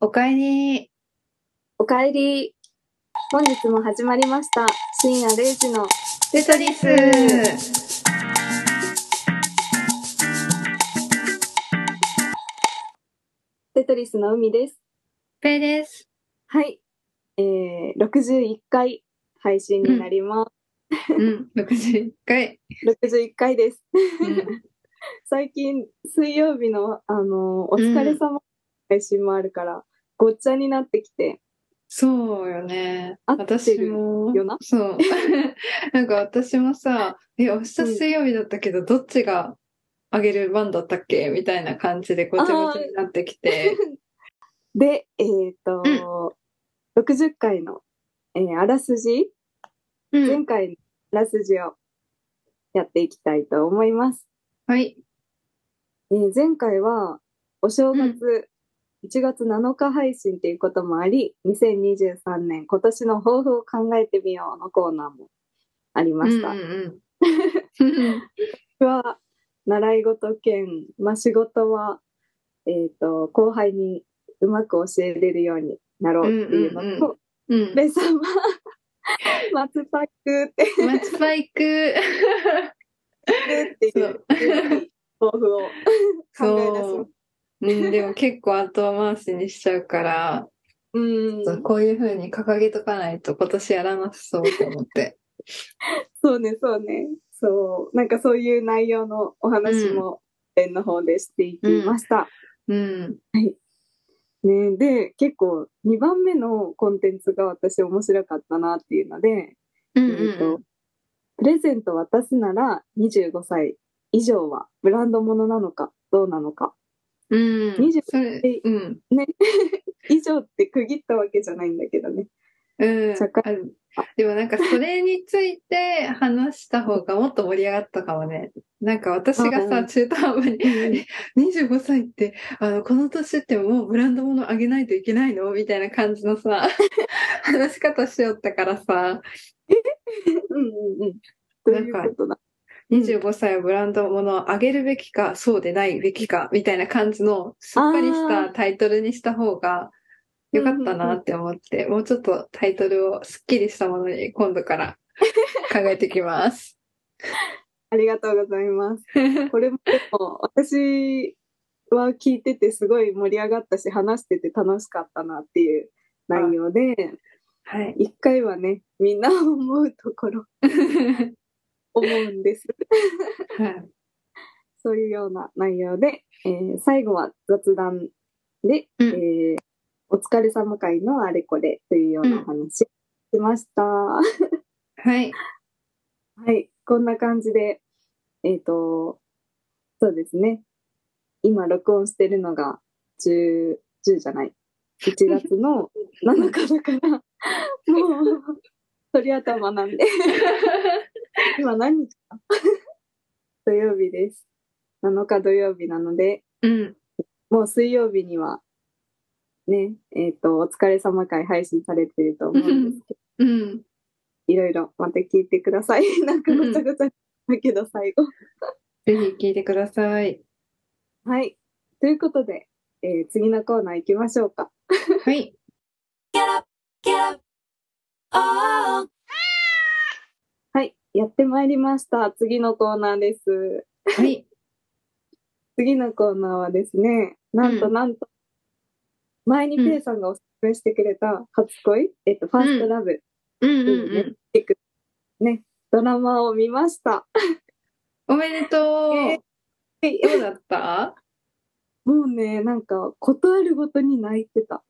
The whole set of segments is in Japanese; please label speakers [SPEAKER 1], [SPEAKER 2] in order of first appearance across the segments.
[SPEAKER 1] おかえり。
[SPEAKER 2] おかえり。本日も始まりました。深夜0時の。
[SPEAKER 1] テトリス。
[SPEAKER 2] テトリスの海です。
[SPEAKER 1] ペイです。
[SPEAKER 2] はい。えー、61回配信になりま
[SPEAKER 1] うん、61回。
[SPEAKER 2] す。61回です。
[SPEAKER 1] うん
[SPEAKER 2] 最近、水曜日の、あのーお疲れ様の配信もあるから、ごっちゃになってきて、
[SPEAKER 1] そうよね。
[SPEAKER 2] 合って
[SPEAKER 1] 私
[SPEAKER 2] る
[SPEAKER 1] も
[SPEAKER 2] よな。
[SPEAKER 1] そう。 なんか私もさ、え、明日水曜日だったけど、どっちがあげる番だったっけみたいな感じでごちゃごちゃになってきて。
[SPEAKER 2] で、えっ、と、60回の、えーあらすじ、
[SPEAKER 1] う
[SPEAKER 2] 前
[SPEAKER 1] ん。
[SPEAKER 2] 回のあらすじをやっていきたいと思います。
[SPEAKER 1] はい。
[SPEAKER 2] えー前回はお正月1月7日配信ということもあり、2023年今年の抱負を考えてみようのコーナーもありました。
[SPEAKER 1] うん
[SPEAKER 2] 私
[SPEAKER 1] うんうん。
[SPEAKER 2] は習い事兼、まあ、仕事は、えー、と後輩にうまく教えれるようになろうっていうのと、
[SPEAKER 1] うんうん うんうん。
[SPEAKER 2] ベ様 松パックって
[SPEAKER 1] マツバイク。
[SPEAKER 2] るっていう抱負を考え出し
[SPEAKER 1] そ
[SPEAKER 2] ま
[SPEAKER 1] う。うん、でも結構後回しにしちゃうから、
[SPEAKER 2] うん
[SPEAKER 1] そうこういう風に掲げとかないと今年やらなさそうと思 って。
[SPEAKER 2] そうね、そうね。そう。なんかそういう内容のお話も、園の方でしていきました。
[SPEAKER 1] うん。
[SPEAKER 2] ね、で、結構2番目のコンテンツが私面白かったなっていうので、
[SPEAKER 1] うん
[SPEAKER 2] えーとプレゼント渡すなら25歳以上はブランドものなのかどうなのか。
[SPEAKER 1] うん。うん。
[SPEAKER 2] 20
[SPEAKER 1] それ、うん。
[SPEAKER 2] 以上って区切ったわけじゃないんだけどね。
[SPEAKER 1] うん。
[SPEAKER 2] 社会
[SPEAKER 1] あでもなんかそれについて話した方がもっと盛り上がったかもね。なんか私が
[SPEAKER 2] う
[SPEAKER 1] さ、
[SPEAKER 2] ん
[SPEAKER 1] 中途半端に、25歳 って、あの、この年ってもうブランド物あげないといけないのみたいな感じの さ、話し方しよったからさ、
[SPEAKER 2] うんうんうん。どういうことだ
[SPEAKER 1] 25歳はブランド物をあげるべきか、そうでないべきか、みたいな感じの、すっぱりしたタイトルにした方が良かったなって思って、もうちょっとタイトルをすっきりしたものに今度から 考えてき ます。
[SPEAKER 2] ありがとうございます。 これもでも私は聞いててすごい盛り上がったし話してて楽しかったなっていう内容で
[SPEAKER 1] はい。
[SPEAKER 2] 一回はねみんな思うところ思うんです
[SPEAKER 1] はい
[SPEAKER 2] そういうような内容で、えー最後は雑談で、
[SPEAKER 1] うん
[SPEAKER 2] えーお疲れ様会のあれこれというようなお話しまし た。
[SPEAKER 1] はい。
[SPEAKER 2] はい、こんな感じで、えっ、と、そうですね。今、録音してるのが10、10じゃない。1月の7日だから、もう、鳥頭なんで、今何日か土曜日です。7日土曜日なので、
[SPEAKER 1] うん。
[SPEAKER 2] もう水曜日には、ね、えっ、と、お疲れ様会配信されてると思うんですけど
[SPEAKER 1] うん。
[SPEAKER 2] いろいろまた聞いてください。なんかごちゃごちゃだけど最後。
[SPEAKER 1] ぜひ聞いてください。
[SPEAKER 2] はい。ということで、えー次のコーナー行きましょうか。
[SPEAKER 1] はい。
[SPEAKER 2] はい。やってまいりました。次のコーナーです。
[SPEAKER 1] はい。
[SPEAKER 2] 次のコーナーはですね、なんと
[SPEAKER 1] うん
[SPEAKER 2] なんと、前にペイさんがおすすめしてくれた初恋、えっと、ファーストラブ、
[SPEAKER 1] うんうん
[SPEAKER 2] う
[SPEAKER 1] うん。
[SPEAKER 2] ドラマを見ました。
[SPEAKER 1] おめでとう。
[SPEAKER 2] えはい
[SPEAKER 1] どうだった
[SPEAKER 2] もうね、なんか、ことあるごとに泣いてた。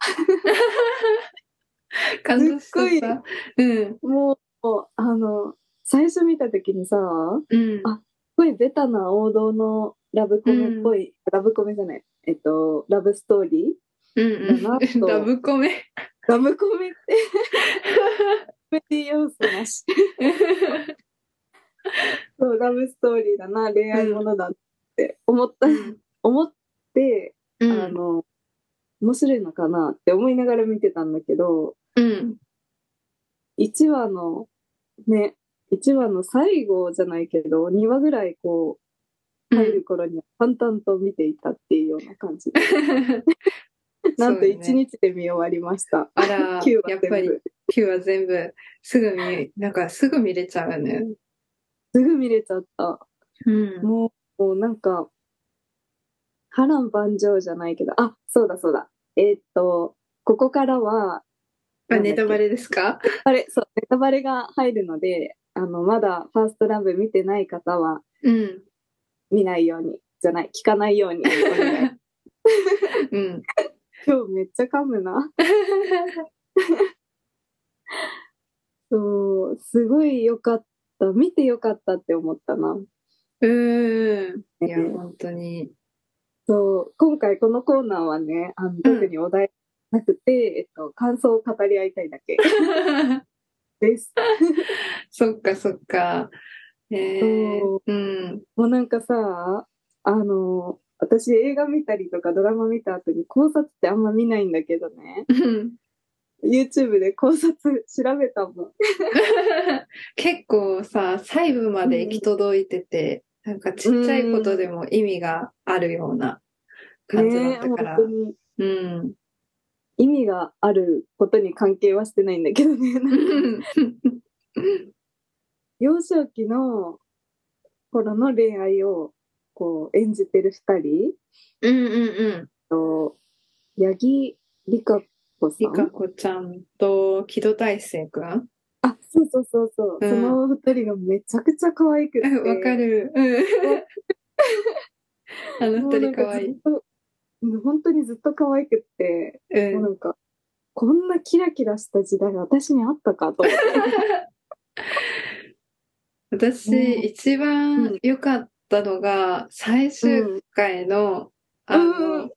[SPEAKER 1] 感動し
[SPEAKER 2] すっごい
[SPEAKER 1] ちゃった。うん。
[SPEAKER 2] もう、もうあの、最初見た時にさ、
[SPEAKER 1] うん。
[SPEAKER 2] あすごいベタな王道のラブコメっぽい、ラブコメじゃない、えっと、ラブストーリー
[SPEAKER 1] うん
[SPEAKER 2] だな
[SPEAKER 1] うん。
[SPEAKER 2] と
[SPEAKER 1] ラブコメ。
[SPEAKER 2] ラブコメって コメディ要素なし。そう、ラブストーリーだな、恋愛ものだって思った、思って、
[SPEAKER 1] う
[SPEAKER 2] あ
[SPEAKER 1] ん。
[SPEAKER 2] の、面白いのかなって思いながら見てたんだけど、
[SPEAKER 1] うん。
[SPEAKER 2] 1話の、ね、1話の最後じゃないけど、2話ぐらいこ う、入る頃には淡々と見ていたっていうような感じ。なんと
[SPEAKER 1] そうよね
[SPEAKER 2] 1日で見終わりました。
[SPEAKER 1] あ ら、
[SPEAKER 2] 9話
[SPEAKER 1] やっ
[SPEAKER 2] 全
[SPEAKER 1] ぱり
[SPEAKER 2] 部。
[SPEAKER 1] 9は全部、すぐ見、なんかすぐ見れちゃうよね。
[SPEAKER 2] すぐ見れちゃった。
[SPEAKER 1] うん。
[SPEAKER 2] もう、もうなんか、波乱万丈じゃないけど、あ、そうだそうだ。えーっと、ここからは、
[SPEAKER 1] あ、ネタバレですか
[SPEAKER 2] あれ、そう、ネタバレが入るので、あの、まだファーストラブ見てない方は、
[SPEAKER 1] うん。
[SPEAKER 2] 見ないように、じゃない、聞かない ようにお願い。
[SPEAKER 1] うん。
[SPEAKER 2] 今日めっちゃ噛むな。そう、すごい良かった。見て良かったって思ったな。
[SPEAKER 1] うーん。いや、
[SPEAKER 2] うん
[SPEAKER 1] 本当 に。
[SPEAKER 2] そう、今回このコーナーはね、あの特にお題なくて、えっと、感想を語り合いたいだけ です。
[SPEAKER 1] そっかそっか。えー
[SPEAKER 2] そう、
[SPEAKER 1] うん。
[SPEAKER 2] もうなんかさ、あの、私映画見たりとかドラマ見た後に考察ってあんま見ないんだけどね、YouTube で考察調べたもん。
[SPEAKER 1] 結構さ、細部まで行き届いてて、なんかちっちゃいことでも意味があるような感じだ
[SPEAKER 2] ね
[SPEAKER 1] っ
[SPEAKER 2] え、
[SPEAKER 1] た
[SPEAKER 2] 本
[SPEAKER 1] から。
[SPEAKER 2] 当に。
[SPEAKER 1] うん。
[SPEAKER 2] 意味があることに関係はしてないんだけどね。 幼少期の頃の恋愛をこう演じてる二人
[SPEAKER 1] うんうんうん。
[SPEAKER 2] と、八木里香子さ
[SPEAKER 1] りか
[SPEAKER 2] ん。
[SPEAKER 1] こちゃんと木戸大成くんわ
[SPEAKER 2] あ、そうそうそうそう。
[SPEAKER 1] うん
[SPEAKER 2] その二人がめちゃくちゃ可愛 くて。
[SPEAKER 1] かる。うん。 あの二人かわいい。
[SPEAKER 2] もうなんかずっと。本当にずっと可愛くって、
[SPEAKER 1] う。
[SPEAKER 2] もうなんんか、こんなキラキラした時代が私にあったかと思って。
[SPEAKER 1] 私、一番良かったのが、最 終
[SPEAKER 2] うん
[SPEAKER 1] 回の、あ
[SPEAKER 2] うんう
[SPEAKER 1] の
[SPEAKER 2] ん、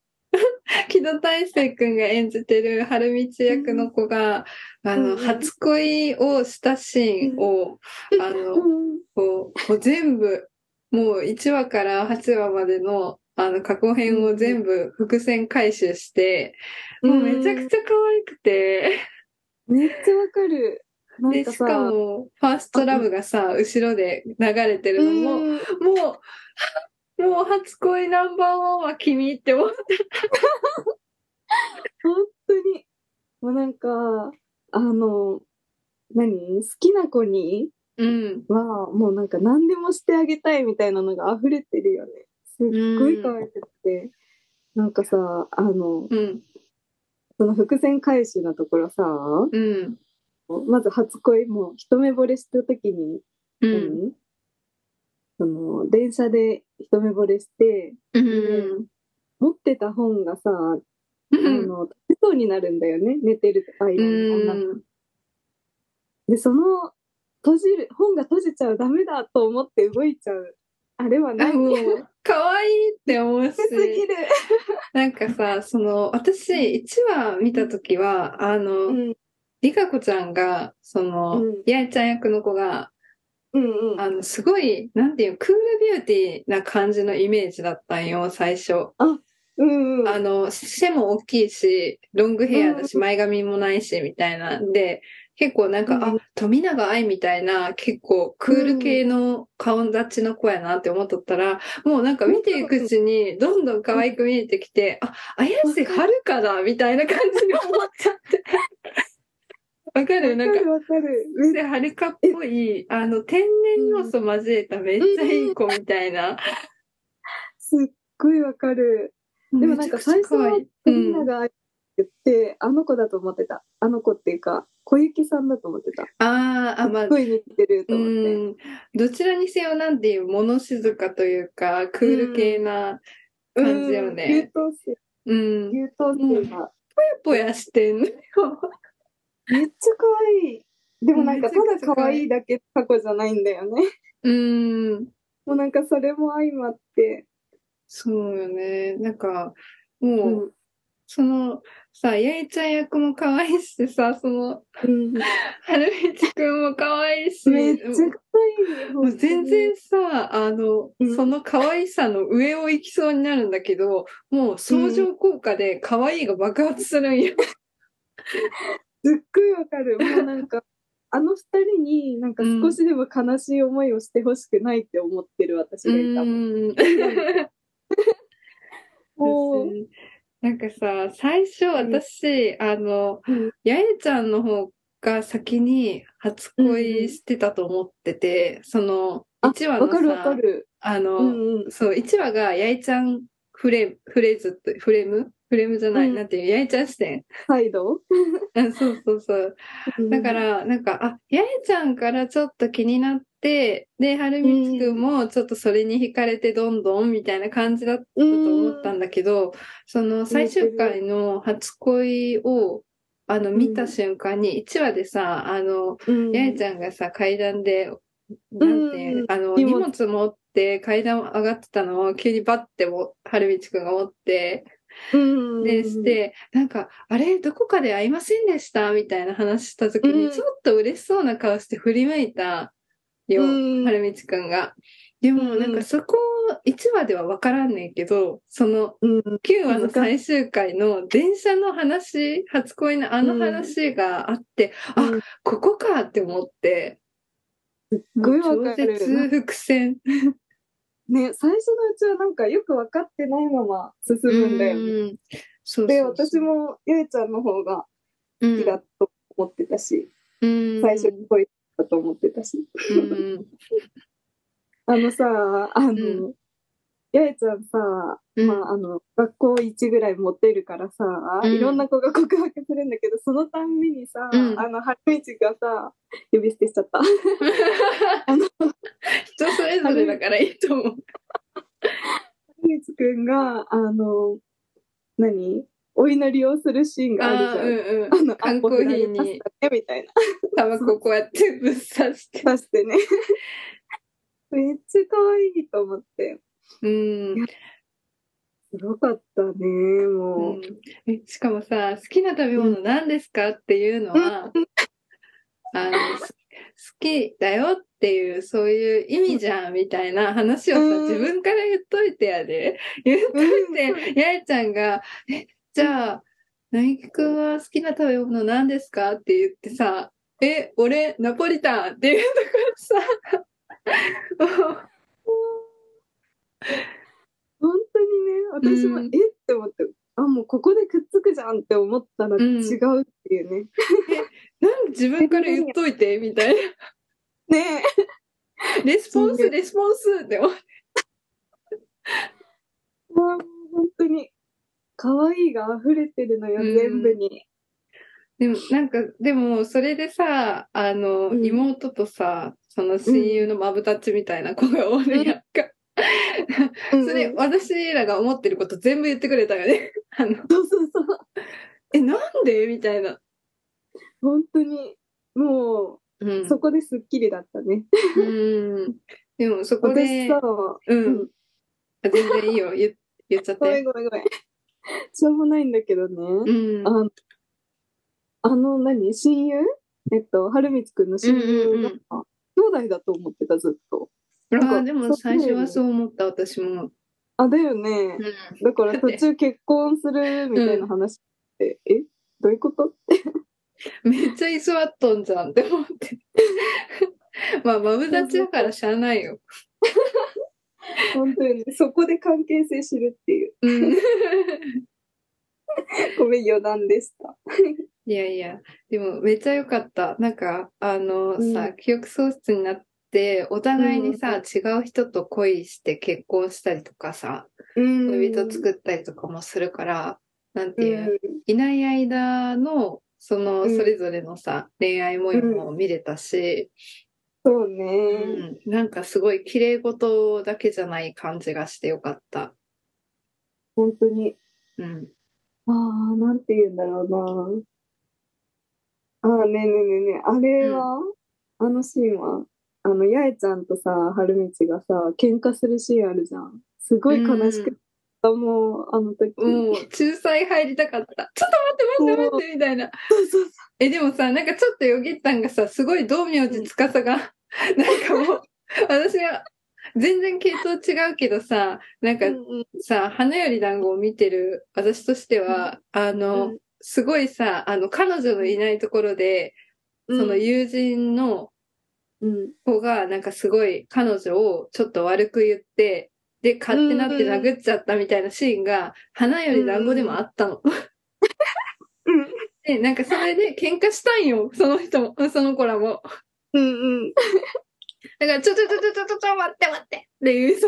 [SPEAKER 1] 木戸大成くんが演じてる春道役の子が、あ
[SPEAKER 2] うんう
[SPEAKER 1] の、
[SPEAKER 2] ん
[SPEAKER 1] 初恋をしたシーンを、あの、
[SPEAKER 2] うん
[SPEAKER 1] こう、もう全部、もう1話から8話までの、あの、過去編を全部伏線回収して、もうめちゃくちゃ可愛くて、
[SPEAKER 2] めっちゃわかる。なん
[SPEAKER 1] で、
[SPEAKER 2] か
[SPEAKER 1] し
[SPEAKER 2] さ、
[SPEAKER 1] かも、ファーストラブがさ、後ろで流れてるのも、
[SPEAKER 2] うん
[SPEAKER 1] もう、もう初恋ナンバーワンは君って思って。
[SPEAKER 2] 本当に、もうなんか、あの、何好きな子に
[SPEAKER 1] うん。
[SPEAKER 2] は、もうなんか何でもしてあげたいみたいなのが溢れてるよね。すっごい可愛くて。なんかさ、あの、
[SPEAKER 1] うん。
[SPEAKER 2] その伏線回収のところさ、
[SPEAKER 1] うん。
[SPEAKER 2] まず初恋も一目惚れした時に、
[SPEAKER 1] うん。
[SPEAKER 2] 何その、電車で一目惚れして、
[SPEAKER 1] うん。
[SPEAKER 2] 持ってた本がさ、
[SPEAKER 1] う
[SPEAKER 2] あ
[SPEAKER 1] ん。
[SPEAKER 2] の、立ちそうになるんだよね。寝てる間に女の子
[SPEAKER 1] うん。
[SPEAKER 2] で、その、閉じる、本が閉じちゃうダメだと思って動いちゃう。あれは
[SPEAKER 1] あ、
[SPEAKER 2] 何
[SPEAKER 1] もう、可愛いって思うし
[SPEAKER 2] す。ぎる。
[SPEAKER 1] なんかさ、その、私、1話見たときは、あ
[SPEAKER 2] う
[SPEAKER 1] の、
[SPEAKER 2] ん。
[SPEAKER 1] りかこちゃんが、その
[SPEAKER 2] うん、
[SPEAKER 1] やえちゃん役の子が、
[SPEAKER 2] うんうん。
[SPEAKER 1] あの、すごい、なんていう、クールビューティーな感じのイメージだったんよ、最初。
[SPEAKER 2] うんうん。
[SPEAKER 1] あの、背も大きいし、ロングヘアだし、
[SPEAKER 2] うん
[SPEAKER 1] 前髪もないし、みたいな。で、結構なんか、
[SPEAKER 2] うん
[SPEAKER 1] あ、富永愛みたいな、結構クール系の顔立ちの子やなって思っとったら、もうなんか見ていくうちに、どんどん可愛く見えてきて、あ、綾瀬はるかだ、みたいな感じに思っちゃって。 わかるなん
[SPEAKER 2] わ
[SPEAKER 1] か
[SPEAKER 2] か、るわかる。め
[SPEAKER 1] 綾
[SPEAKER 2] っ
[SPEAKER 1] 瀬はるかっぽい、あの、天然要素交えためっちゃいい子みたいな。
[SPEAKER 2] すっごいわかる。でもなんか最初は
[SPEAKER 1] めちゃくちゃ、可愛い
[SPEAKER 2] みんなが言って、あの子だと思ってた。あの子っていうか、小雪さんだと思ってた。す
[SPEAKER 1] あーあ、まあ
[SPEAKER 2] っ、ごい似てると思って。
[SPEAKER 1] うん、どちらにせよなんていう物静かというかクール系な感じよ
[SPEAKER 2] うん優
[SPEAKER 1] ね。
[SPEAKER 2] 等生、
[SPEAKER 1] うん。
[SPEAKER 2] 優等生が。
[SPEAKER 1] ぽやぽやしてんのよ。
[SPEAKER 2] めっちゃ可愛い。でもなんか、た
[SPEAKER 1] めちゃくちゃ可
[SPEAKER 2] だ可
[SPEAKER 1] 愛い
[SPEAKER 2] 愛いだけ過去じゃないんだよね。
[SPEAKER 1] うん。
[SPEAKER 2] もうなんか、それも相まって。
[SPEAKER 1] そうよね。なんかもう、
[SPEAKER 2] うん
[SPEAKER 1] そのさ八重ちゃん役も可愛いしさその
[SPEAKER 2] うん、
[SPEAKER 1] 春道くんも可愛いし。
[SPEAKER 2] めっちゃ可愛い。
[SPEAKER 1] もう全然さ、あの、
[SPEAKER 2] うん
[SPEAKER 1] その可愛さの上を行きそうになるんだけど、もう相乗効果で可愛いが爆発するんよ。
[SPEAKER 2] すっごいわかる。 もうなんか、あの二人になんか少しでも悲しい思いをしてほしくないって思 ってる私がいたもん。
[SPEAKER 1] うん。
[SPEAKER 2] もう
[SPEAKER 1] ですねなんかさ、最初私、あの、
[SPEAKER 2] うん
[SPEAKER 1] 八重ちゃんの方が先に初恋してたと思ってて、その、
[SPEAKER 2] あ
[SPEAKER 1] 1話
[SPEAKER 2] わ
[SPEAKER 1] の
[SPEAKER 2] かるわか
[SPEAKER 1] さ、
[SPEAKER 2] る。
[SPEAKER 1] あ
[SPEAKER 2] う
[SPEAKER 1] の、
[SPEAKER 2] んうん。
[SPEAKER 1] そう、1話が八重ちゃんフレーム、フレーズと、フレームフレームじゃない、
[SPEAKER 2] うん
[SPEAKER 1] なんていう、八重ちゃん視点。
[SPEAKER 2] サイド
[SPEAKER 1] うんそうそうそう。だか、ら、なんか、あ、八重ちゃんからちょっと気になって、で、はるみつくんもちょっとそれに惹かれてどんどんみたいな感じだった
[SPEAKER 2] う
[SPEAKER 1] と
[SPEAKER 2] ん
[SPEAKER 1] 思ったんだけど、その最終回の初恋を、あの、
[SPEAKER 2] ん
[SPEAKER 1] 見た瞬間に、1話でさ、あの、
[SPEAKER 2] うん
[SPEAKER 1] 八重ちゃんがさ、階段で、なんていう、
[SPEAKER 2] うん
[SPEAKER 1] あの、荷
[SPEAKER 2] 荷物
[SPEAKER 1] 物持って階段上がってたのを急にバッても、はるみつくんが持って、
[SPEAKER 2] うん
[SPEAKER 1] で、して、なんか、あれ、どこかで会いませんでしたみたいな話した時
[SPEAKER 2] う
[SPEAKER 1] に、
[SPEAKER 2] ん
[SPEAKER 1] ちょっと嬉しそうな顔して振り向いたよ、
[SPEAKER 2] うん
[SPEAKER 1] はるみちくんが。でも、
[SPEAKER 2] うん
[SPEAKER 1] なんかそこ、1話では分からんねんけど、その、
[SPEAKER 2] うん
[SPEAKER 1] 9話の最終回の電車の話、初恋のあの話があって、あ
[SPEAKER 2] うん、
[SPEAKER 1] ここかって思って、
[SPEAKER 2] すっごいわ
[SPEAKER 1] 超
[SPEAKER 2] か
[SPEAKER 1] 絶
[SPEAKER 2] る。
[SPEAKER 1] 伏線。
[SPEAKER 2] ね、最初のうちはなんかよく分かってないまま進むんだよね。
[SPEAKER 1] うんそうそうそう
[SPEAKER 2] で、私、もゆえちゃんの方が
[SPEAKER 1] う
[SPEAKER 2] 好
[SPEAKER 1] ん
[SPEAKER 2] きだと思ってたし、
[SPEAKER 1] うん
[SPEAKER 2] 最初に恋だと思ってたし。
[SPEAKER 1] うん
[SPEAKER 2] あのさ、あ
[SPEAKER 1] う
[SPEAKER 2] の、やえちゃんさ、
[SPEAKER 1] うん
[SPEAKER 2] まあ、あの、学校1ぐらい持ってるからさ、
[SPEAKER 1] うん
[SPEAKER 2] いろんな子が告白するんだけど、そのたんびにさ、
[SPEAKER 1] うん
[SPEAKER 2] あの、春一がさ、呼び捨てしちゃった。あの、
[SPEAKER 1] 人それぞれだからいいと思う。
[SPEAKER 2] ゆうちくんが、あの、何お祈りをするシーンがあるじゃん。
[SPEAKER 1] うんうん。
[SPEAKER 2] あの、
[SPEAKER 1] 缶コーヒーに
[SPEAKER 2] あお札でパスタねみたいな。
[SPEAKER 1] タバコこうやってぶっ刺して。
[SPEAKER 2] 出してね。 めっちゃ可愛いと思って。
[SPEAKER 1] うん。
[SPEAKER 2] すごかったね、もう。
[SPEAKER 1] えしかもさ、好きな食べ物何ですかっていうのは、あの、好きだよっていう、そういう意味じゃんみたいな話をさ、
[SPEAKER 2] うん
[SPEAKER 1] 自分から言っといてやで。言っといて、やえちゃんが、え、じゃあ、なぎくんは好きな食べ物何ですかって言ってさ、え、俺、ナポリタンっていうところさ、
[SPEAKER 2] 本当にね、私も、
[SPEAKER 1] うん
[SPEAKER 2] えって思って、あ、もうここでくっつくじゃんって思ったら
[SPEAKER 1] う
[SPEAKER 2] 違
[SPEAKER 1] ん
[SPEAKER 2] うっていうね。
[SPEAKER 1] なんで自分から言っといてみたいな。
[SPEAKER 2] ね
[SPEAKER 1] レスポンス、レスポンスって思って。
[SPEAKER 2] え、もう本当に、可愛いが溢れてるのよ、
[SPEAKER 1] うん
[SPEAKER 2] 全部に。
[SPEAKER 1] でも、なんか、でも、それでさ、あの、
[SPEAKER 2] うん
[SPEAKER 1] 妹とさ、その親友のマブタッチみたいな子がおるやんか。
[SPEAKER 2] うん
[SPEAKER 1] それ、私らが思ってること全部言ってくれたよね。 あの、
[SPEAKER 2] そうそうそう。
[SPEAKER 1] え、なんでみたいな。
[SPEAKER 2] 本当に、も
[SPEAKER 1] う
[SPEAKER 2] う、
[SPEAKER 1] ん。
[SPEAKER 2] そこですっきりだったね。
[SPEAKER 1] うん。でも、そこ
[SPEAKER 2] 私
[SPEAKER 1] で
[SPEAKER 2] さ、、
[SPEAKER 1] うん。あ全然いいよ。言っ言っちゃっ
[SPEAKER 2] ごめん
[SPEAKER 1] て。
[SPEAKER 2] ごめんごめん。しょうもないんだけどね。
[SPEAKER 1] うん。
[SPEAKER 2] あの、あの何親友えっと、はるみつくんの親友が、
[SPEAKER 1] うん
[SPEAKER 2] 兄弟だと思ってた、ずっと。
[SPEAKER 1] あ
[SPEAKER 2] なんか
[SPEAKER 1] ーでも、最初は
[SPEAKER 2] う。
[SPEAKER 1] そう思った、私も。
[SPEAKER 2] あ、だよね。
[SPEAKER 1] うん。
[SPEAKER 2] だから途中結婚するみたいな話って、えどういうこと
[SPEAKER 1] めっちゃ居座っとんじゃんって思って。 まあ、マブダチだからしゃあないよ。
[SPEAKER 2] 本当にそこで関係性知るっていう
[SPEAKER 1] うん。
[SPEAKER 2] ごめん余談でした
[SPEAKER 1] いやいや、でもめっちゃ良かった。なんか、あの
[SPEAKER 2] うん
[SPEAKER 1] さ、記憶喪失になって、お互いにさ、
[SPEAKER 2] う
[SPEAKER 1] 違う人と恋して結婚したりとかさ、
[SPEAKER 2] うん
[SPEAKER 1] 恋人作ったりとかもするから、なんていう、
[SPEAKER 2] う
[SPEAKER 1] いない間の、その、
[SPEAKER 2] うん
[SPEAKER 1] それぞれのさ、恋愛模様も見れたし、
[SPEAKER 2] そう
[SPEAKER 1] う
[SPEAKER 2] ね、
[SPEAKER 1] ん、なんかすごい綺麗事だけじゃない感じがして良かった。
[SPEAKER 2] 本当に
[SPEAKER 1] うん。
[SPEAKER 2] ああなんて言うんだろうなああねえねえねえねえあれは、あのシーンはあの八重ちゃんとさ春道がさ喧嘩するシーンあるじゃんすごい悲しくった、もうあの時、
[SPEAKER 1] もう、仲裁入りたかった。 ちょっと待って待って待ってみたいな。
[SPEAKER 2] そうそうそう
[SPEAKER 1] え、でもさ、なんかちょっとよぎったんがさ、すごい道明寺司が、 なんかもう、私は、全然系統違うけどさ、なんか
[SPEAKER 2] うんうん
[SPEAKER 1] さ、花より団子を見てる私としては、あの、
[SPEAKER 2] うん
[SPEAKER 1] すごいさ、あの、彼女のいないところで、その友人の
[SPEAKER 2] うん
[SPEAKER 1] 子が、なんかすごい彼女をちょっと悪く言って、で、買ってなって殴っちゃったみたいなシーンが、花より団子でもあったの。
[SPEAKER 2] うん
[SPEAKER 1] で、なんかそれで喧嘩したんよ、その人も、 その子らも。
[SPEAKER 2] うんうん。
[SPEAKER 1] だから、ちょちょちょちょちょちょちょ、待って待ってっていう、そ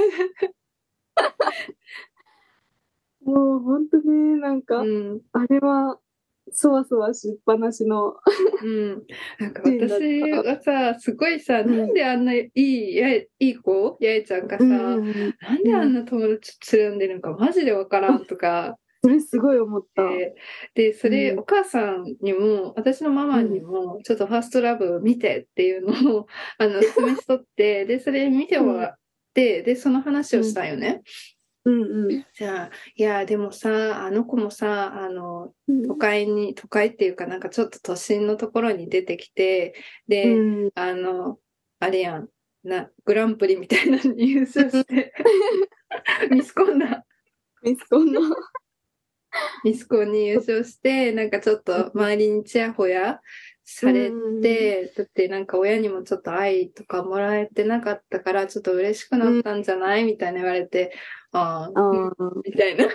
[SPEAKER 2] もう本当ね、なんか、
[SPEAKER 1] うん。
[SPEAKER 2] あれは、そわそわしっぱなしの。
[SPEAKER 1] うん。なんか
[SPEAKER 2] シーンだっ
[SPEAKER 1] 私
[SPEAKER 2] た
[SPEAKER 1] がさ、すごいさ、
[SPEAKER 2] うん
[SPEAKER 1] なんであんないい、やえ、いい子八重ちゃんがさ、
[SPEAKER 2] うん
[SPEAKER 1] なんであんな友達と連れんでるのかマジでわからんとか、
[SPEAKER 2] それすごい思った。
[SPEAKER 1] でで、それ、
[SPEAKER 2] うん
[SPEAKER 1] お母さんにも、私のママにも、ちょっとファーストラブ見てっていうのを、 あの、勧めしと って、で、それ見てもらって、で、その話をしたんよね。
[SPEAKER 2] うんうん
[SPEAKER 1] じゃあ、いや、でもさ、あの子もさ、あの、
[SPEAKER 2] うん
[SPEAKER 1] 都会に、都会っていうかなんかちょっと都心のところに出てきて、で、
[SPEAKER 2] うん。
[SPEAKER 1] あの、あれやん、な、グランプリみたいなのに優勝 して、ミスコンだ。
[SPEAKER 2] ミスコンの。
[SPEAKER 1] ミスコンに優勝して、なんかちょっと周りにちやほやされ
[SPEAKER 2] うん
[SPEAKER 1] て、だってなんか親にもちょっと愛とかもらえてなかったから、ちょっと嬉しくなったんじゃないみたいな言われて、ああ、
[SPEAKER 2] ああ。
[SPEAKER 1] みたい な。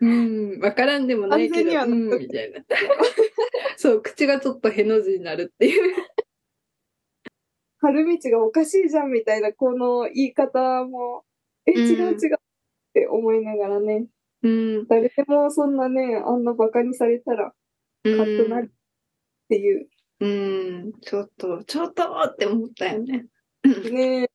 [SPEAKER 1] うん、わからんでもないけ
[SPEAKER 2] 完全に
[SPEAKER 1] ど、
[SPEAKER 2] は
[SPEAKER 1] う
[SPEAKER 2] 納
[SPEAKER 1] ん、
[SPEAKER 2] 得
[SPEAKER 1] みたいな。 そう、口がちょっとへの字になるっていう。
[SPEAKER 2] 春道がおかしいじゃんみたいな、この言い方も、え、
[SPEAKER 1] うん
[SPEAKER 2] 違う違うって思いながらね、
[SPEAKER 1] うん。
[SPEAKER 2] 誰でもそんなね、あんなバカにされたら、
[SPEAKER 1] カ
[SPEAKER 2] カッとなるっていう。
[SPEAKER 1] うん、ちょっと、ちょっとって思ったよね。
[SPEAKER 2] ね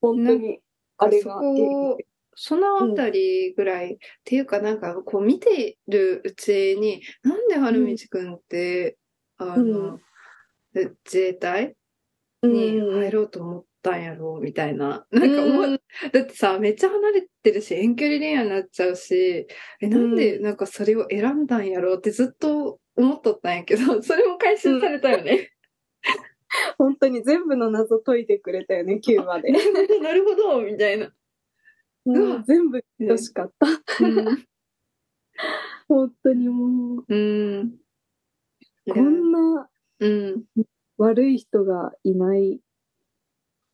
[SPEAKER 2] 本当に、あれが。
[SPEAKER 1] そこそのあたりぐらい、っていうかなんかこう見てるうちに、なんで春道くんって、あの、え自衛隊
[SPEAKER 2] うん
[SPEAKER 1] に入ろうと思ったんやろうみたいな。なんか思う、だってさ、めっちゃ離れてるし、遠距離恋愛になっちゃうし、え、なんでなんかそれを選んだんやろうってずっと思っとったんやけど、 それも回収されたよね。
[SPEAKER 2] 本当に全部の謎解いてくれたよね、キューバで。
[SPEAKER 1] なるほど、みたいな。
[SPEAKER 2] もう全部欲しかった。
[SPEAKER 1] うん
[SPEAKER 2] 本当にもう、
[SPEAKER 1] うん。
[SPEAKER 2] こんな
[SPEAKER 1] うん。
[SPEAKER 2] 悪い人がいない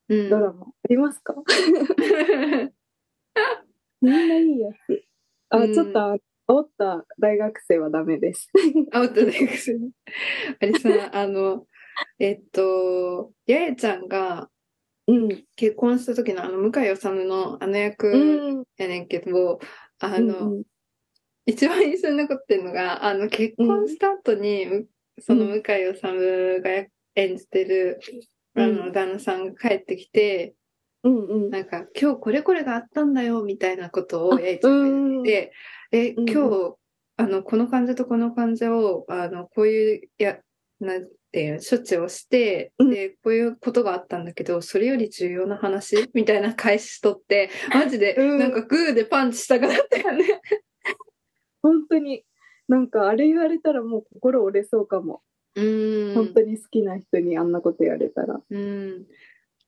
[SPEAKER 1] うん。
[SPEAKER 2] ドラマありますか、みんないいやつ。あ、
[SPEAKER 1] うん
[SPEAKER 2] ちょっと、煽った大学生はダメです。
[SPEAKER 1] アウトで薬。あれさ、あ の、えっと、八重ちゃんが
[SPEAKER 2] うん。
[SPEAKER 1] 結婚した時のあの、向井治のあの
[SPEAKER 2] う
[SPEAKER 1] 役
[SPEAKER 2] ん。
[SPEAKER 1] やねんけど、あ
[SPEAKER 2] うん
[SPEAKER 1] の、
[SPEAKER 2] うん
[SPEAKER 1] 一番印象に残ってるのが、あの、結婚した後に、むその向井治がや演じてる、あ
[SPEAKER 2] う
[SPEAKER 1] の、
[SPEAKER 2] ん
[SPEAKER 1] 旦那さんが帰ってきて、
[SPEAKER 2] うんうん。
[SPEAKER 1] なんか、今日これこれがあったんだよ、みたいなことを
[SPEAKER 2] あ
[SPEAKER 1] 八重ちゃんが言ってで、え、
[SPEAKER 2] うん
[SPEAKER 1] 今日、あの、この患者とこの患者を、あの、こういう、や、なんていうの、処置をして、
[SPEAKER 2] うん
[SPEAKER 1] で、こういうことがあったんだけど、それより重要な話みたいな返しとって、マジで、
[SPEAKER 2] うん
[SPEAKER 1] なんかグーでパンチしたくなったよね。
[SPEAKER 2] 本当に、なんかあれ言われたらもう心折れそうかも。
[SPEAKER 1] うん
[SPEAKER 2] 本当に好きな人にあんなこと言われたら。
[SPEAKER 1] うん。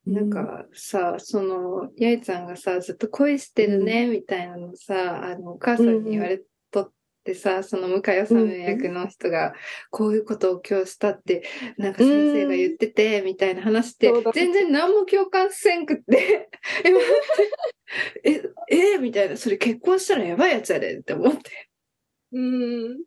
[SPEAKER 1] なん、かさ、その、八重ちゃんがさ、ずっと恋してるね、みたいなのさ、あの、お母さんに言われとってさ、その向井治役の人が、こういうことを今日したって、なんか先生が言ってて、みたいな話って
[SPEAKER 2] そうだ、
[SPEAKER 1] 全然何も共感せんく って、え、待って、え、えみたいな、それ結婚したらやばいやつやでって思って。
[SPEAKER 2] うん。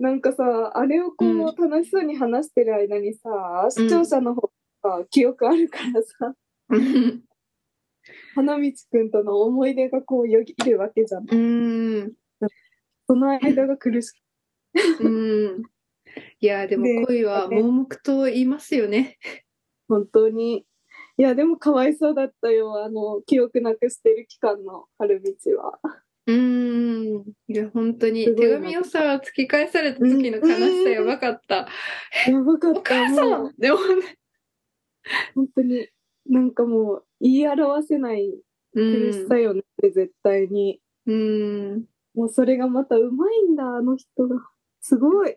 [SPEAKER 2] なんかさ、あれをこ
[SPEAKER 1] うん
[SPEAKER 2] う楽しそうに話してる間にさ、
[SPEAKER 1] うん
[SPEAKER 2] 視聴者の方がさ記憶あるからさ、
[SPEAKER 1] うん
[SPEAKER 2] 花道くんとの思い出がこうよぎるわけじゃん。
[SPEAKER 1] うん。
[SPEAKER 2] その間が苦しく
[SPEAKER 1] うん。いや、でも
[SPEAKER 2] ね
[SPEAKER 1] 恋は盲目と言いますよね。
[SPEAKER 2] 本当に。いや、でもかわいそうだったよ。あの、記憶なくしてる期間の春道は。
[SPEAKER 1] うーん。いや、本当に。
[SPEAKER 2] すごい
[SPEAKER 1] 手
[SPEAKER 2] な
[SPEAKER 1] 紙をさ、突き返された時の悲しさやばかった。
[SPEAKER 2] やばかった。
[SPEAKER 1] お母さ
[SPEAKER 2] もうん
[SPEAKER 1] でもね。
[SPEAKER 2] 本当に、なんかもう、言い表せないう苦し
[SPEAKER 1] ん。
[SPEAKER 2] さよね、絶対に。
[SPEAKER 1] うん。
[SPEAKER 2] もうそれがまたうまいんだ、あの人が。すごい。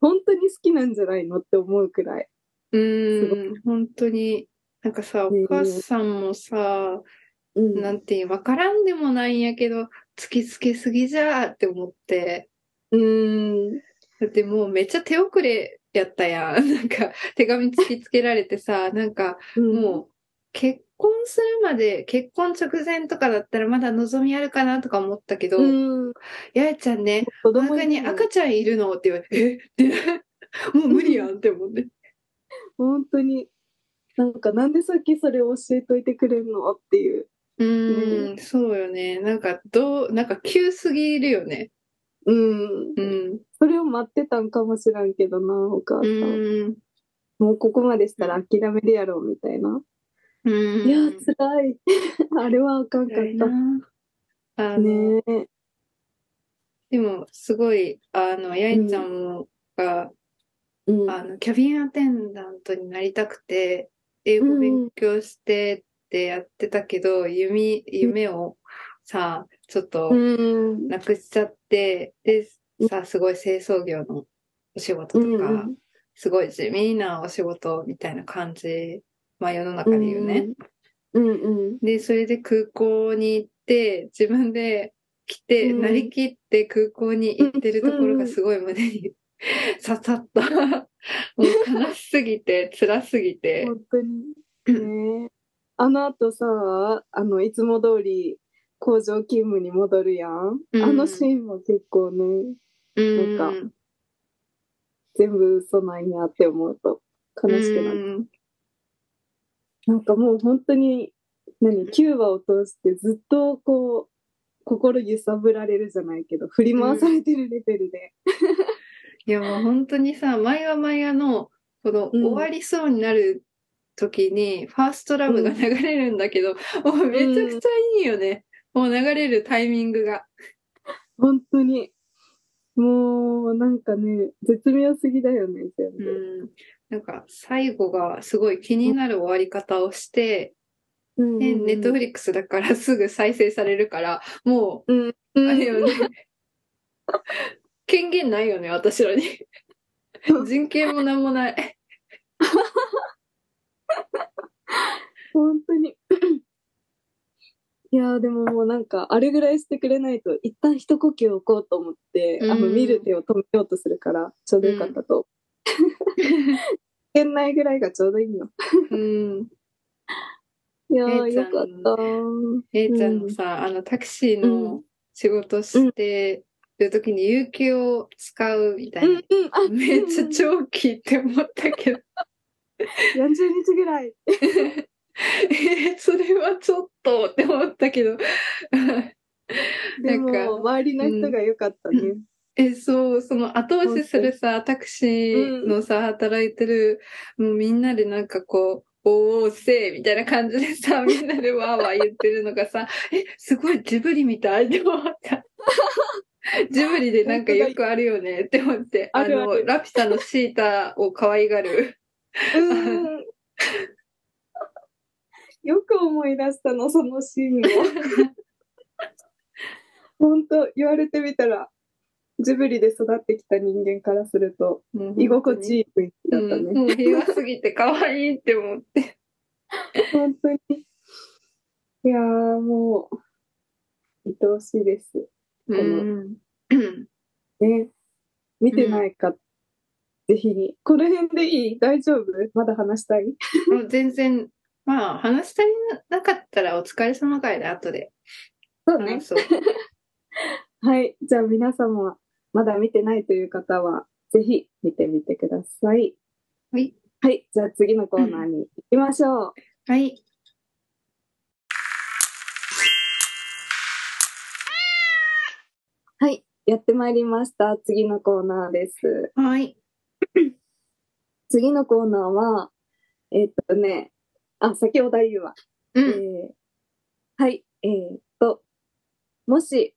[SPEAKER 2] 本当に好きなんじゃないのって思うくらい。
[SPEAKER 1] うん。本当に。なんかさ、お
[SPEAKER 2] ねえ
[SPEAKER 1] 母さんもさ、
[SPEAKER 2] うん
[SPEAKER 1] なんていう、わからんでもないんやけど、突きつけすぎじゃーって思って。
[SPEAKER 2] うん。
[SPEAKER 1] だってもうめっちゃ手遅れ やったやん。なんか、手紙突きつけられてさ、なんか、
[SPEAKER 2] うん
[SPEAKER 1] もう、結婚するまで、結婚直前とかだったらまだ望みあるかなとか思ったけど、
[SPEAKER 2] うん。
[SPEAKER 1] ややちゃんね、
[SPEAKER 2] 子
[SPEAKER 1] お腹に赤ちゃんいるのって言われて、え って、もう無理やんって思って。
[SPEAKER 2] 本当に、なんかなんでさっきそれを教えといてくれるのっていう。
[SPEAKER 1] うーん、そうよね。なんか、どう、なんか急すぎるよね。
[SPEAKER 2] うん。
[SPEAKER 1] うん。
[SPEAKER 2] それを待ってたんかもしらんけどな、お母
[SPEAKER 1] う
[SPEAKER 2] さん。
[SPEAKER 1] ーん。
[SPEAKER 2] もうここまでしたら諦めるやろ、みたいな。
[SPEAKER 1] うーん。
[SPEAKER 2] いや、辛い。 あれはあかんかっ
[SPEAKER 1] 辛い
[SPEAKER 2] た
[SPEAKER 1] な。あの、
[SPEAKER 2] ねえ。
[SPEAKER 1] でも、すごい、あの、やいちゃんも、が、
[SPEAKER 2] うん。
[SPEAKER 1] あの、キャビンアテンダントになりたくて、英語勉強してってやってたけど、夢、夢をさ、ちょっと
[SPEAKER 2] うん。
[SPEAKER 1] なくしちゃって、で、さ、すごい清掃業のお仕事とか、
[SPEAKER 2] うん
[SPEAKER 1] すごい地味なお仕事みたいな感じ、まあ世の中で言うね。。
[SPEAKER 2] うんうん。
[SPEAKER 1] で、それで空港に行って、自分で来て、
[SPEAKER 2] うん
[SPEAKER 1] なりきって空港に行ってるところがすごい胸に刺さ った。もう悲しすぎて、辛すぎて。
[SPEAKER 2] 本当に。ねえ。あの後さ、あの、いつも通り工場勤務に戻るやん。
[SPEAKER 1] うん
[SPEAKER 2] あのシーンも結構ね、
[SPEAKER 1] うん。
[SPEAKER 2] なん全部嘘なんやって思うと悲しくなる。
[SPEAKER 1] うん
[SPEAKER 2] なんかもう本当に、何、キューバを通してずっとこう、心揺さぶられるじゃないけど、振り回されてるレベルで。
[SPEAKER 1] いや、もう本当にさ、毎話毎話の、この
[SPEAKER 2] うん
[SPEAKER 1] 終わりそうになる時に、ファーストラブが流れるんだけど、もうめちゃくちゃいいよね。もう流れるタイミングが。
[SPEAKER 2] 本当に。もう、なんかね、絶妙すぎだよね、全
[SPEAKER 1] う
[SPEAKER 2] 部。
[SPEAKER 1] ん。なんか、最後がすごい気になる終わり方をして、
[SPEAKER 2] うん
[SPEAKER 1] ね、ネットフリックスだからすぐ再生されるから、も
[SPEAKER 2] うん。
[SPEAKER 1] う、あれよね。権限ないよね、私らに。人権もなんも ない。
[SPEAKER 2] 本当に。いやーでももうなんか、あれぐらいしてくれないと、一旦一呼吸置こうと思って、あの、
[SPEAKER 1] うん
[SPEAKER 2] 見る手を止めようとするから、ちょうどよかったと。いけないぐらいがちょうどいいよ。
[SPEAKER 1] うん。
[SPEAKER 2] いやー
[SPEAKER 1] えいちゃ
[SPEAKER 2] よ
[SPEAKER 1] ん
[SPEAKER 2] かったー。
[SPEAKER 1] えいちゃんのさ、あの、タクシー
[SPEAKER 2] う
[SPEAKER 1] の仕事してる時に有給を使うみたいな。
[SPEAKER 2] うん、あ
[SPEAKER 1] めっちゃ長期って思ったけど、
[SPEAKER 2] 40日ぐらい。
[SPEAKER 1] え、それはちょっとって思ったけど、
[SPEAKER 2] で
[SPEAKER 1] なんか
[SPEAKER 2] も、周りの人がよかったね。
[SPEAKER 1] え、そう、その後押しするさ、タクシーのさ、働いてる、もうみんなでなんかこう、おーおーせーみたいな感じで さ、みんなでわーわー言ってるのがさ、え、すごいジブリみたいって思 った。ジブリでなんかよくあるよねって思って、
[SPEAKER 2] あるあ
[SPEAKER 1] の、
[SPEAKER 2] る
[SPEAKER 1] ラピュタのシータを可愛がる。
[SPEAKER 2] うん。よく思い出したの、そのシーンを。 本当言われてみたら、ジブリで育ってきた人間からすると、居心地
[SPEAKER 1] いい
[SPEAKER 2] いい雰囲気だった
[SPEAKER 1] うん
[SPEAKER 2] ね。
[SPEAKER 1] もう平和すぎて可愛いって思って。
[SPEAKER 2] 本当に。いやー、もう、愛おしいです。
[SPEAKER 1] うん。
[SPEAKER 2] ね。見てないか、ぜひに。この辺でいい大丈夫まだ話したい
[SPEAKER 1] もう全然、まあ、話したりなかったらお疲れ様会で後で
[SPEAKER 2] そう
[SPEAKER 1] 話そう。
[SPEAKER 2] はい。じゃあ皆様は、まだ見てないという方は、ぜひ見てみてください。
[SPEAKER 1] はい。
[SPEAKER 2] はい。じゃあ次のコーナーに行きましょう。
[SPEAKER 1] はい。
[SPEAKER 2] はい。やってまいりました。次のコーナーです。
[SPEAKER 1] はい。
[SPEAKER 2] 次のコーナーは、えーっとね、あ、先お題言うわ。
[SPEAKER 1] う
[SPEAKER 2] え
[SPEAKER 1] ん。
[SPEAKER 2] ーはい。えーっと、もし、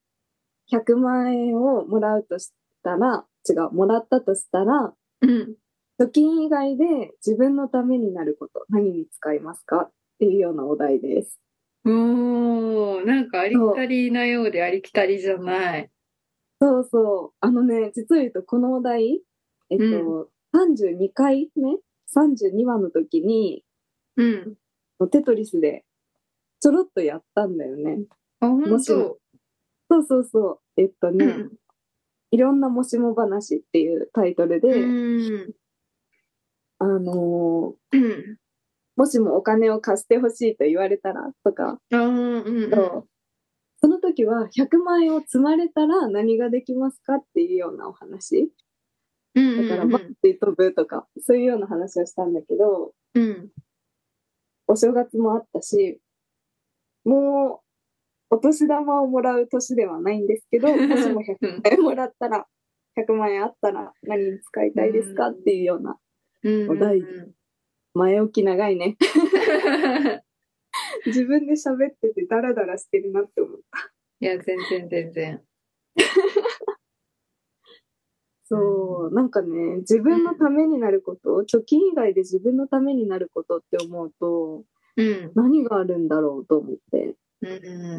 [SPEAKER 2] 100万円をもらうとしたら、違う、もらったとしたら、
[SPEAKER 1] うん。
[SPEAKER 2] 貯金以外で自分のためになること、何に使いますかっていうようなお題です。
[SPEAKER 1] おー、なんかありきたりなようでありきたりじゃない。
[SPEAKER 2] そうそう。あのね、実を言うとこのお題、えっと、32回目 ?32 話の時に、
[SPEAKER 1] うん。
[SPEAKER 2] テトリスでちょろっとやったんだよね。
[SPEAKER 1] あ、ほ
[SPEAKER 2] も
[SPEAKER 1] ん
[SPEAKER 2] ちろん
[SPEAKER 1] と。
[SPEAKER 2] そうそうそう。えっと
[SPEAKER 1] う
[SPEAKER 2] ね、
[SPEAKER 1] ん。
[SPEAKER 2] いろんなもしも話っていうタイトルで、
[SPEAKER 1] うん。
[SPEAKER 2] あの
[SPEAKER 1] う
[SPEAKER 2] ー
[SPEAKER 1] ん。
[SPEAKER 2] もしもお金を貸してほしいと言われたらとか、
[SPEAKER 1] あーうんうん。
[SPEAKER 2] そうその時は100万円を積まれたら何ができますかっていうようなお話。
[SPEAKER 1] うんうんう
[SPEAKER 2] だ
[SPEAKER 1] ん
[SPEAKER 2] からバッて飛ぶとか、そういうような話をしたんだけど、
[SPEAKER 1] うん。
[SPEAKER 2] お正月もあったし、もうお年玉をもらう年ではないんです けど、もしも100
[SPEAKER 1] うん
[SPEAKER 2] 万円もらったら、100万円あったら何に使いたいですかっていうような、
[SPEAKER 1] うん。
[SPEAKER 2] お題
[SPEAKER 1] うん
[SPEAKER 2] 前置き長いね。 自分で喋っててダラダラしてるなって思う。
[SPEAKER 1] いや、全然全然。
[SPEAKER 2] そう、なんかね、自分のためになること、貯金以外で自分のためになることって思うと、
[SPEAKER 1] うん。
[SPEAKER 2] 何があるんだろうと思って。
[SPEAKER 1] う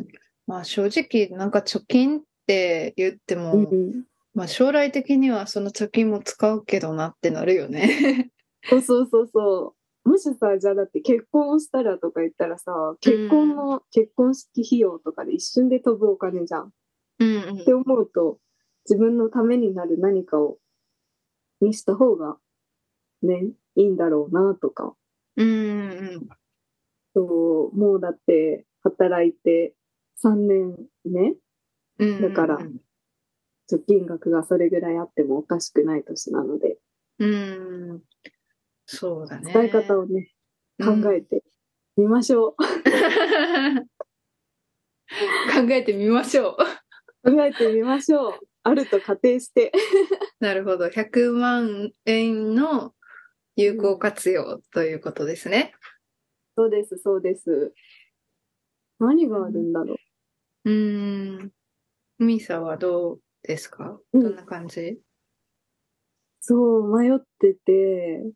[SPEAKER 1] ん。まあ正直、なんか貯金って言っても、
[SPEAKER 2] うん、
[SPEAKER 1] まあ将来的にはその貯金も使うけどなってなるよね。
[SPEAKER 2] そうそうそうそう。もしさ、じゃあだって結婚をしたらとか言ったらさ、結婚の、結婚式費用とかで一瞬で飛ぶお金じゃん。っ
[SPEAKER 1] うんうん
[SPEAKER 2] て思うと、自分のためになる何かを、にした方が、ね、いいんだろうなとか。
[SPEAKER 1] うんうん。
[SPEAKER 2] そう、もうだって、働いて3年
[SPEAKER 1] う
[SPEAKER 2] 目
[SPEAKER 1] んうん。
[SPEAKER 2] だから貯金額がそれぐらいあってもおかしくない年なので、
[SPEAKER 1] うん。そうだね。
[SPEAKER 2] 使い方をね、考えてみましょう。
[SPEAKER 1] うん考えてみましょう。
[SPEAKER 2] 考えてみましょう。あると仮定して。
[SPEAKER 1] なるほど。100万円の有効活用ということですね。
[SPEAKER 2] そうです、そうです。何があるんだろ
[SPEAKER 1] うーん。ミサはどうですか
[SPEAKER 2] う。
[SPEAKER 1] ど
[SPEAKER 2] うんん、
[SPEAKER 1] な感じ
[SPEAKER 2] そう、迷ってて、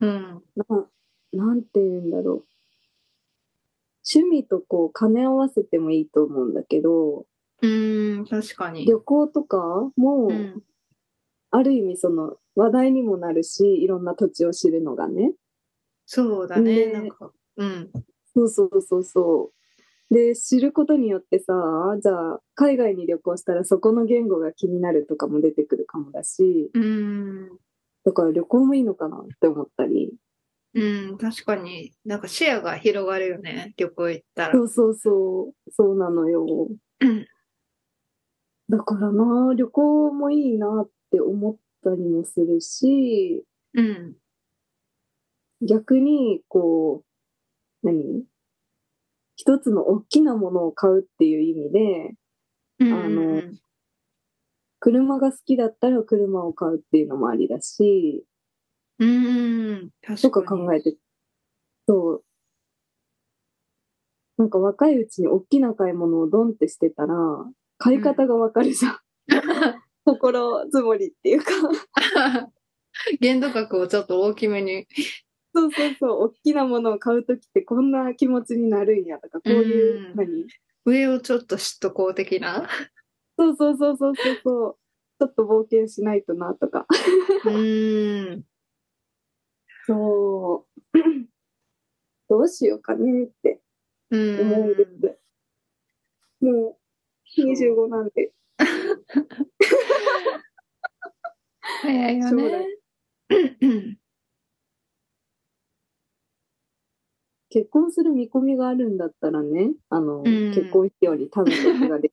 [SPEAKER 1] うん。
[SPEAKER 2] ななんて言うんだろう。趣味とこう、兼ね合わせてもいいと思うんだけど、
[SPEAKER 1] うーん、確かに。
[SPEAKER 2] 旅行とかも、
[SPEAKER 1] うん。
[SPEAKER 2] ある意味その話題にもなるし、いろんな土地を知るのがね。
[SPEAKER 1] そうだね。
[SPEAKER 2] ね
[SPEAKER 1] なんか。うん。
[SPEAKER 2] そうそうそうそう。で、知ることによってさ、じゃあ、海外に旅行したらそこの言語が気になるとかも出てくるかもだし、
[SPEAKER 1] うーん。
[SPEAKER 2] だから旅行もいいのかなって思ったり。
[SPEAKER 1] うん、確かに。なんか視野が広がるよね。旅行行ったら
[SPEAKER 2] そ。うそうそう、そうなのよ
[SPEAKER 1] うん。
[SPEAKER 2] だからな、旅行もいいなって思ったりもするし、
[SPEAKER 1] うん。
[SPEAKER 2] 逆に、こう、何一つの大きなものを買うっていう意味で、
[SPEAKER 1] うん。
[SPEAKER 2] あの車が好きだったら車を買うっていうのもありだし、
[SPEAKER 1] うん。
[SPEAKER 2] と
[SPEAKER 1] 確
[SPEAKER 2] か
[SPEAKER 1] かに。
[SPEAKER 2] 考えて、そう。なんか若いうちに大きな買い物をドンってしてたら、買い方がわかるじゃん。心積もりっていうか。
[SPEAKER 1] 限度額をちょっと大きめに。
[SPEAKER 2] そうそうそう。大きなものを買うときってこんな気持ちになるんやとか、こういう、
[SPEAKER 1] うん
[SPEAKER 2] 何
[SPEAKER 1] 上をちょっと知っとこう的 な。
[SPEAKER 2] そうそうそうそうそうそう。ちょっと冒険しないとなとか。
[SPEAKER 1] うん。
[SPEAKER 2] そう。どうしようかねって。
[SPEAKER 1] う
[SPEAKER 2] 思うんで
[SPEAKER 1] ん。
[SPEAKER 2] す。もう25なんで。
[SPEAKER 1] 早いよ
[SPEAKER 2] 将
[SPEAKER 1] ね
[SPEAKER 2] 来。結婚する見込みがあるんだったらね、あの、
[SPEAKER 1] ん
[SPEAKER 2] 結婚費用に多分得 ができ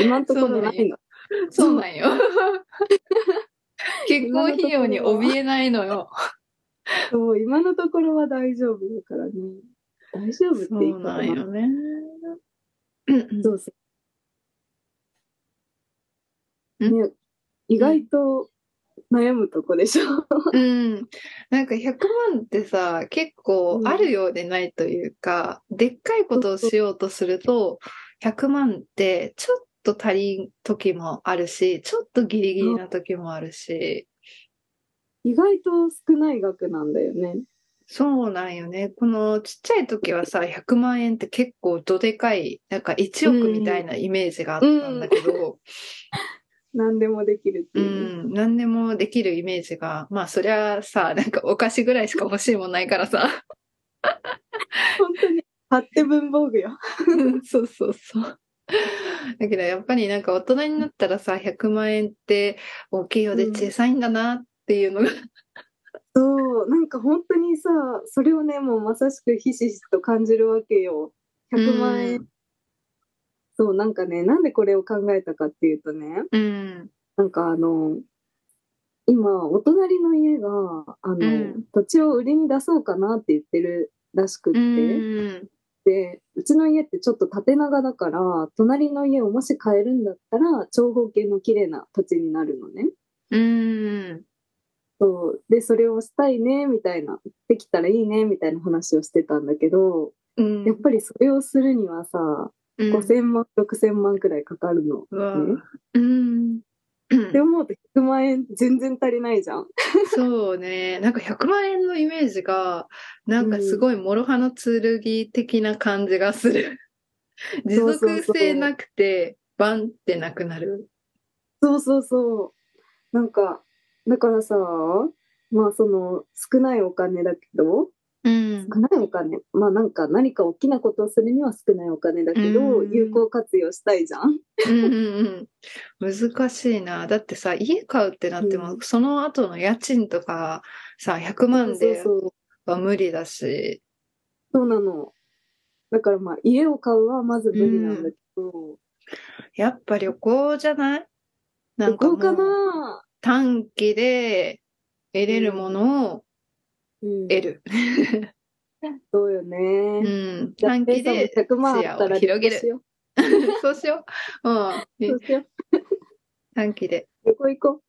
[SPEAKER 2] る。今のところないの。
[SPEAKER 1] そうなんよ。 結婚費用に怯えないのよ。
[SPEAKER 2] そう、今のところは大丈夫だからね。大丈夫って
[SPEAKER 1] そ
[SPEAKER 2] 言
[SPEAKER 1] う
[SPEAKER 2] うか
[SPEAKER 1] な
[SPEAKER 2] ら
[SPEAKER 1] ん
[SPEAKER 2] な。
[SPEAKER 1] よね。
[SPEAKER 2] そうそう。
[SPEAKER 1] ん
[SPEAKER 2] ね、意外と悩むとこでしょ。
[SPEAKER 1] うん。なんか100万ってさ、結構あるようでないというか、でっかいことをしようとすると、100万ってちょっと足りん時もあるし、ちょっとギリギリな時もあるし、
[SPEAKER 2] 意外と少ない額なんだよね。
[SPEAKER 1] そうなんよね。このちっちゃい時はさ、100万円って結構どでかい、なんか1億みたいなイメージがあったんだけど、
[SPEAKER 2] 何でもできるって
[SPEAKER 1] う
[SPEAKER 2] いうね。
[SPEAKER 1] ん、何でもできるイメージが、まあそりゃさ、なんかお菓子ぐらいしか欲しいもんないからさ。
[SPEAKER 2] 本当に、貼って文房具よ。
[SPEAKER 1] うん そうそうそう。だけどやっぱりなんか大人になったらさ100万円って大きいようで小さいんだなっていうのが、
[SPEAKER 2] そう、なんか本当にさ、それをね、もうまさしくひしひしと感じるわけよ。100万円。
[SPEAKER 1] うん
[SPEAKER 2] そう、なんかね、なんでこれを考えたかっていうとね、
[SPEAKER 1] うん。
[SPEAKER 2] なんかあの、今、お隣の家が、あ
[SPEAKER 1] う
[SPEAKER 2] の、
[SPEAKER 1] ん
[SPEAKER 2] 土地を売りに出そうかなって言ってるらしくって、
[SPEAKER 1] うん。
[SPEAKER 2] で、うちの家ってちょっと縦長だから、隣の家をもし買えるんだったら、長方形の綺麗な土地になるのね。
[SPEAKER 1] うん。
[SPEAKER 2] そう。で、それをしたいね、みたいな。できたらいいね、みたいな話をしてたんだけど、
[SPEAKER 1] うん。
[SPEAKER 2] やっぱりそれをするにはさ、
[SPEAKER 1] り
[SPEAKER 2] 5000万、6000万くらいかかるの。
[SPEAKER 1] うわ
[SPEAKER 2] ね
[SPEAKER 1] うん。
[SPEAKER 2] って思うと100万円全然足りないじゃん。
[SPEAKER 1] そうね。なんか100万円のイメージが、なんかすごい諸刃の剣的な感じがする。持
[SPEAKER 2] そうそうそう
[SPEAKER 1] 続性なくて、バンってなくなる。
[SPEAKER 2] そうそうそう。なんか、だからさ、まあその少ないお金だけど、
[SPEAKER 1] うん。
[SPEAKER 2] 少ないお金、まあなんか何か大きなことをするには少ないお金だけど、
[SPEAKER 1] うん
[SPEAKER 2] 有効活用したいじゃん。
[SPEAKER 1] うんうんうん、難しいな。だってさ、家買うってなっても、
[SPEAKER 2] う
[SPEAKER 1] その後の家賃とかさ、100万で
[SPEAKER 2] そうそう。
[SPEAKER 1] は無理だし。
[SPEAKER 2] そうなの。だからまあ家を買うはまず無理なんだけど、
[SPEAKER 1] やっぱ旅行じゃないな
[SPEAKER 2] ど
[SPEAKER 1] んかもう
[SPEAKER 2] こかな
[SPEAKER 1] 短期で得れるものを
[SPEAKER 2] うん
[SPEAKER 1] 得る。
[SPEAKER 2] そうよね。
[SPEAKER 1] うん。
[SPEAKER 2] じゃあ
[SPEAKER 1] 短期で
[SPEAKER 2] ペイさんも100万あった
[SPEAKER 1] 視野を
[SPEAKER 2] ら
[SPEAKER 1] 広げ
[SPEAKER 2] 旅行し
[SPEAKER 1] る。
[SPEAKER 2] よ
[SPEAKER 1] そうしよう。
[SPEAKER 2] う。
[SPEAKER 1] う
[SPEAKER 2] そ
[SPEAKER 1] ん
[SPEAKER 2] う。しよう
[SPEAKER 1] 短期で。
[SPEAKER 2] 旅行行こ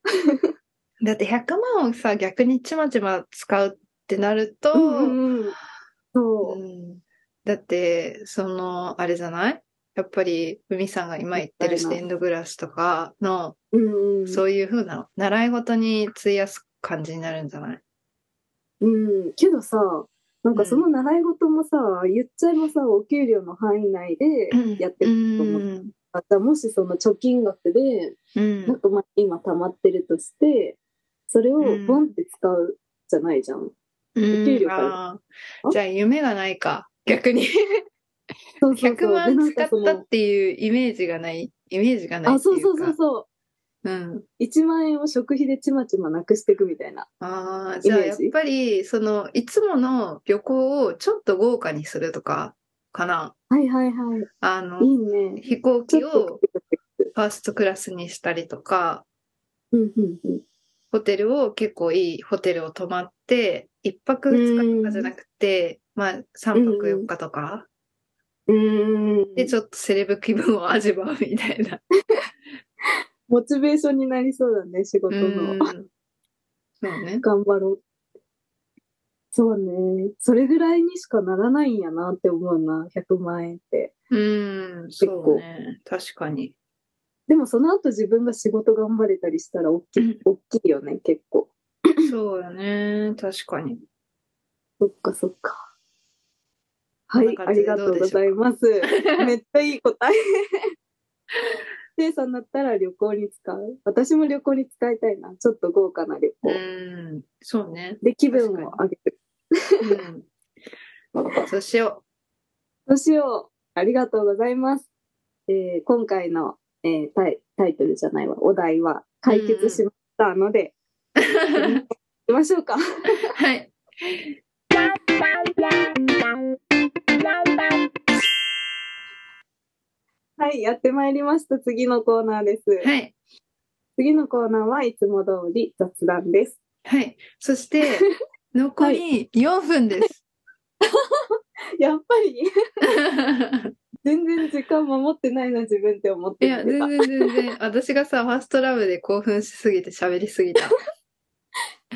[SPEAKER 1] だって100万をさ、逆にちまちま使うってなると、
[SPEAKER 2] う。うんうん。そうう。
[SPEAKER 1] んだって、その、あれじゃないやっぱり、海さんが今言ってる
[SPEAKER 2] みたい
[SPEAKER 1] ス
[SPEAKER 2] な
[SPEAKER 1] テンドグラスとかの、
[SPEAKER 2] うんうん。
[SPEAKER 1] そういう風な、習い事に費やす感じになるんじゃない
[SPEAKER 2] うん、けどさ、なんかその習い事もさ、言っちゃえばさ、お給料の範囲内でやって
[SPEAKER 1] う
[SPEAKER 2] ると思う。
[SPEAKER 1] ん。
[SPEAKER 2] あじゃあもしその貯金額で、
[SPEAKER 1] う
[SPEAKER 2] なん
[SPEAKER 1] ん。
[SPEAKER 2] かまあ今貯まってるとして、それをボンって使うじゃないじゃん。
[SPEAKER 1] うん
[SPEAKER 2] 給料から
[SPEAKER 1] あーじゃあ、夢がないか。逆 に。
[SPEAKER 2] そうそうそう。
[SPEAKER 1] 100万
[SPEAKER 2] でなん
[SPEAKER 1] 使
[SPEAKER 2] か
[SPEAKER 1] っ
[SPEAKER 2] そ
[SPEAKER 1] た
[SPEAKER 2] の
[SPEAKER 1] っていうイメージがない。イメージがない
[SPEAKER 2] あ、
[SPEAKER 1] って
[SPEAKER 2] そう
[SPEAKER 1] い
[SPEAKER 2] そうう
[SPEAKER 1] か。
[SPEAKER 2] そうそ
[SPEAKER 1] う
[SPEAKER 2] う。
[SPEAKER 1] ん。
[SPEAKER 2] 1万円を食費でちまちまなくしていくみたいな。
[SPEAKER 1] ああ、じゃあ
[SPEAKER 2] イメ
[SPEAKER 1] や
[SPEAKER 2] ー
[SPEAKER 1] っ
[SPEAKER 2] ジ
[SPEAKER 1] ぱり、その、いつもの旅行をちょっと豪華にするとか、かな。
[SPEAKER 2] はいはいはい。
[SPEAKER 1] あ
[SPEAKER 2] い
[SPEAKER 1] の、
[SPEAKER 2] いね。
[SPEAKER 1] 飛行
[SPEAKER 2] ち
[SPEAKER 1] 機
[SPEAKER 2] ょっと
[SPEAKER 1] をファーストクラスにしたりとか、
[SPEAKER 2] うんうんうん。
[SPEAKER 1] ホテルを結構いいホテルを泊まって、一泊二日とかじゃなくて、まあ三泊四日とか、
[SPEAKER 2] うーん。
[SPEAKER 1] でちょっとセレブ気分を味わうみたいな。
[SPEAKER 2] モチベーションになりそうだね、仕事の。
[SPEAKER 1] うんそうね。
[SPEAKER 2] 頑張ろう。そうね。それぐらいにしかならないんやなって思うな、100万円って。
[SPEAKER 1] うん、そうね。確かに。
[SPEAKER 2] でもその後自分が仕事頑張れたりしたら大きい、大きいよね、結構。
[SPEAKER 1] そうよね。確かに。
[SPEAKER 2] そっかそっか。は
[SPEAKER 1] こん
[SPEAKER 2] い、
[SPEAKER 1] な
[SPEAKER 2] あ
[SPEAKER 1] 感じ
[SPEAKER 2] り
[SPEAKER 1] でど
[SPEAKER 2] が
[SPEAKER 1] うでし
[SPEAKER 2] と
[SPEAKER 1] ょう
[SPEAKER 2] う
[SPEAKER 1] か
[SPEAKER 2] ござ います。めっちゃいい答え。せいさんだったら旅行に使う私も旅行に使いたいな。ちょっと豪華な旅行。
[SPEAKER 1] うん、そうね。
[SPEAKER 2] で、気分を上げる。
[SPEAKER 1] うん。そうしよ
[SPEAKER 2] どうしよう。ありがとうございます。えー今回の、えータイタイトルじゃないわ、お題は解決しましたの で、
[SPEAKER 1] う。
[SPEAKER 2] 行きましょうか。
[SPEAKER 1] はい。
[SPEAKER 2] はい、やってまいりました。次のコーナーです。
[SPEAKER 1] はい。
[SPEAKER 2] 次のコーナーはいつも通り雑談です。
[SPEAKER 1] はい。そして、残り4分です。
[SPEAKER 2] やっぱり、全然時間守ってないな、自分って思 っ
[SPEAKER 1] い
[SPEAKER 2] て
[SPEAKER 1] や、
[SPEAKER 2] 見て
[SPEAKER 1] 全
[SPEAKER 2] た。
[SPEAKER 1] 然全然。私がさ、ファーストラブで興奮しすぎて喋りすぎ た。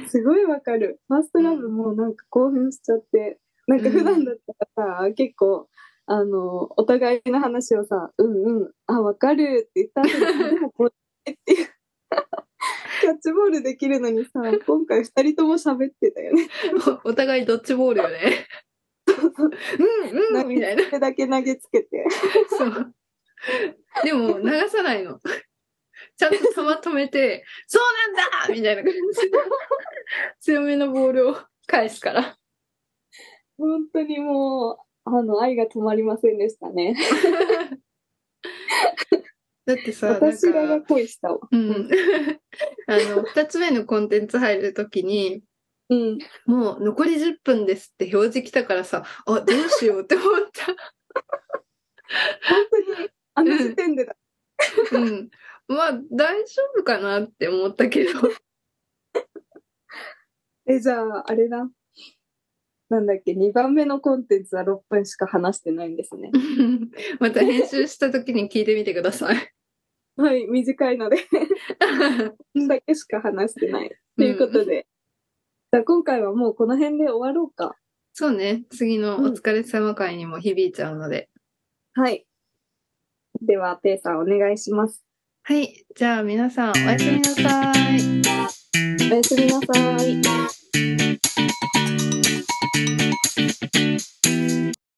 [SPEAKER 2] すごいわかる。ファーストラブもなんか興奮しちゃって、なんか普段だったらさ、結構、あの、お互いの話をさ、うんうん、あ、わかるって言った後に、あ でもこれっていう。キャッチボールできるのにさ、今回二人とも喋ってたよね。
[SPEAKER 1] おお互いドッジボールよね。うん、うん、みたいな。
[SPEAKER 2] それだけ投げつけて。
[SPEAKER 1] そう。でも、流さないの。ちゃんと球止めて、そうなんだみたいな感じで。強めのボールを返すから。
[SPEAKER 2] 本当にもう、あの、愛が止まりませんでしたね。
[SPEAKER 1] だってさ、なん
[SPEAKER 2] 私ら
[SPEAKER 1] か
[SPEAKER 2] が恋したわ。
[SPEAKER 1] うんあの、二つ目のコンテンツ入るときに、
[SPEAKER 2] うん。
[SPEAKER 1] もう残り10分ですって表示来たからさ、あ、どうしようって思った。
[SPEAKER 2] 本当に、あの時点でだ。
[SPEAKER 1] うん。まあ、大丈夫かなって思った けど。
[SPEAKER 2] え、じゃあ、あれだ。なんだっけ、2番目のコンテンツは6分しか話してないんですね。
[SPEAKER 1] また編集した時に聞いてみてください。
[SPEAKER 2] はい、短いので、こんだけしか話してない。ということで、じゃあ今回はもうこの辺で終わろうか。
[SPEAKER 1] そうね。次のお疲れ様会にも響いちゃうので。
[SPEAKER 2] はい。では、ペイさんお願いします。
[SPEAKER 1] はい。じゃあ皆さん、おやすみなさい。
[SPEAKER 2] おやすみなさい。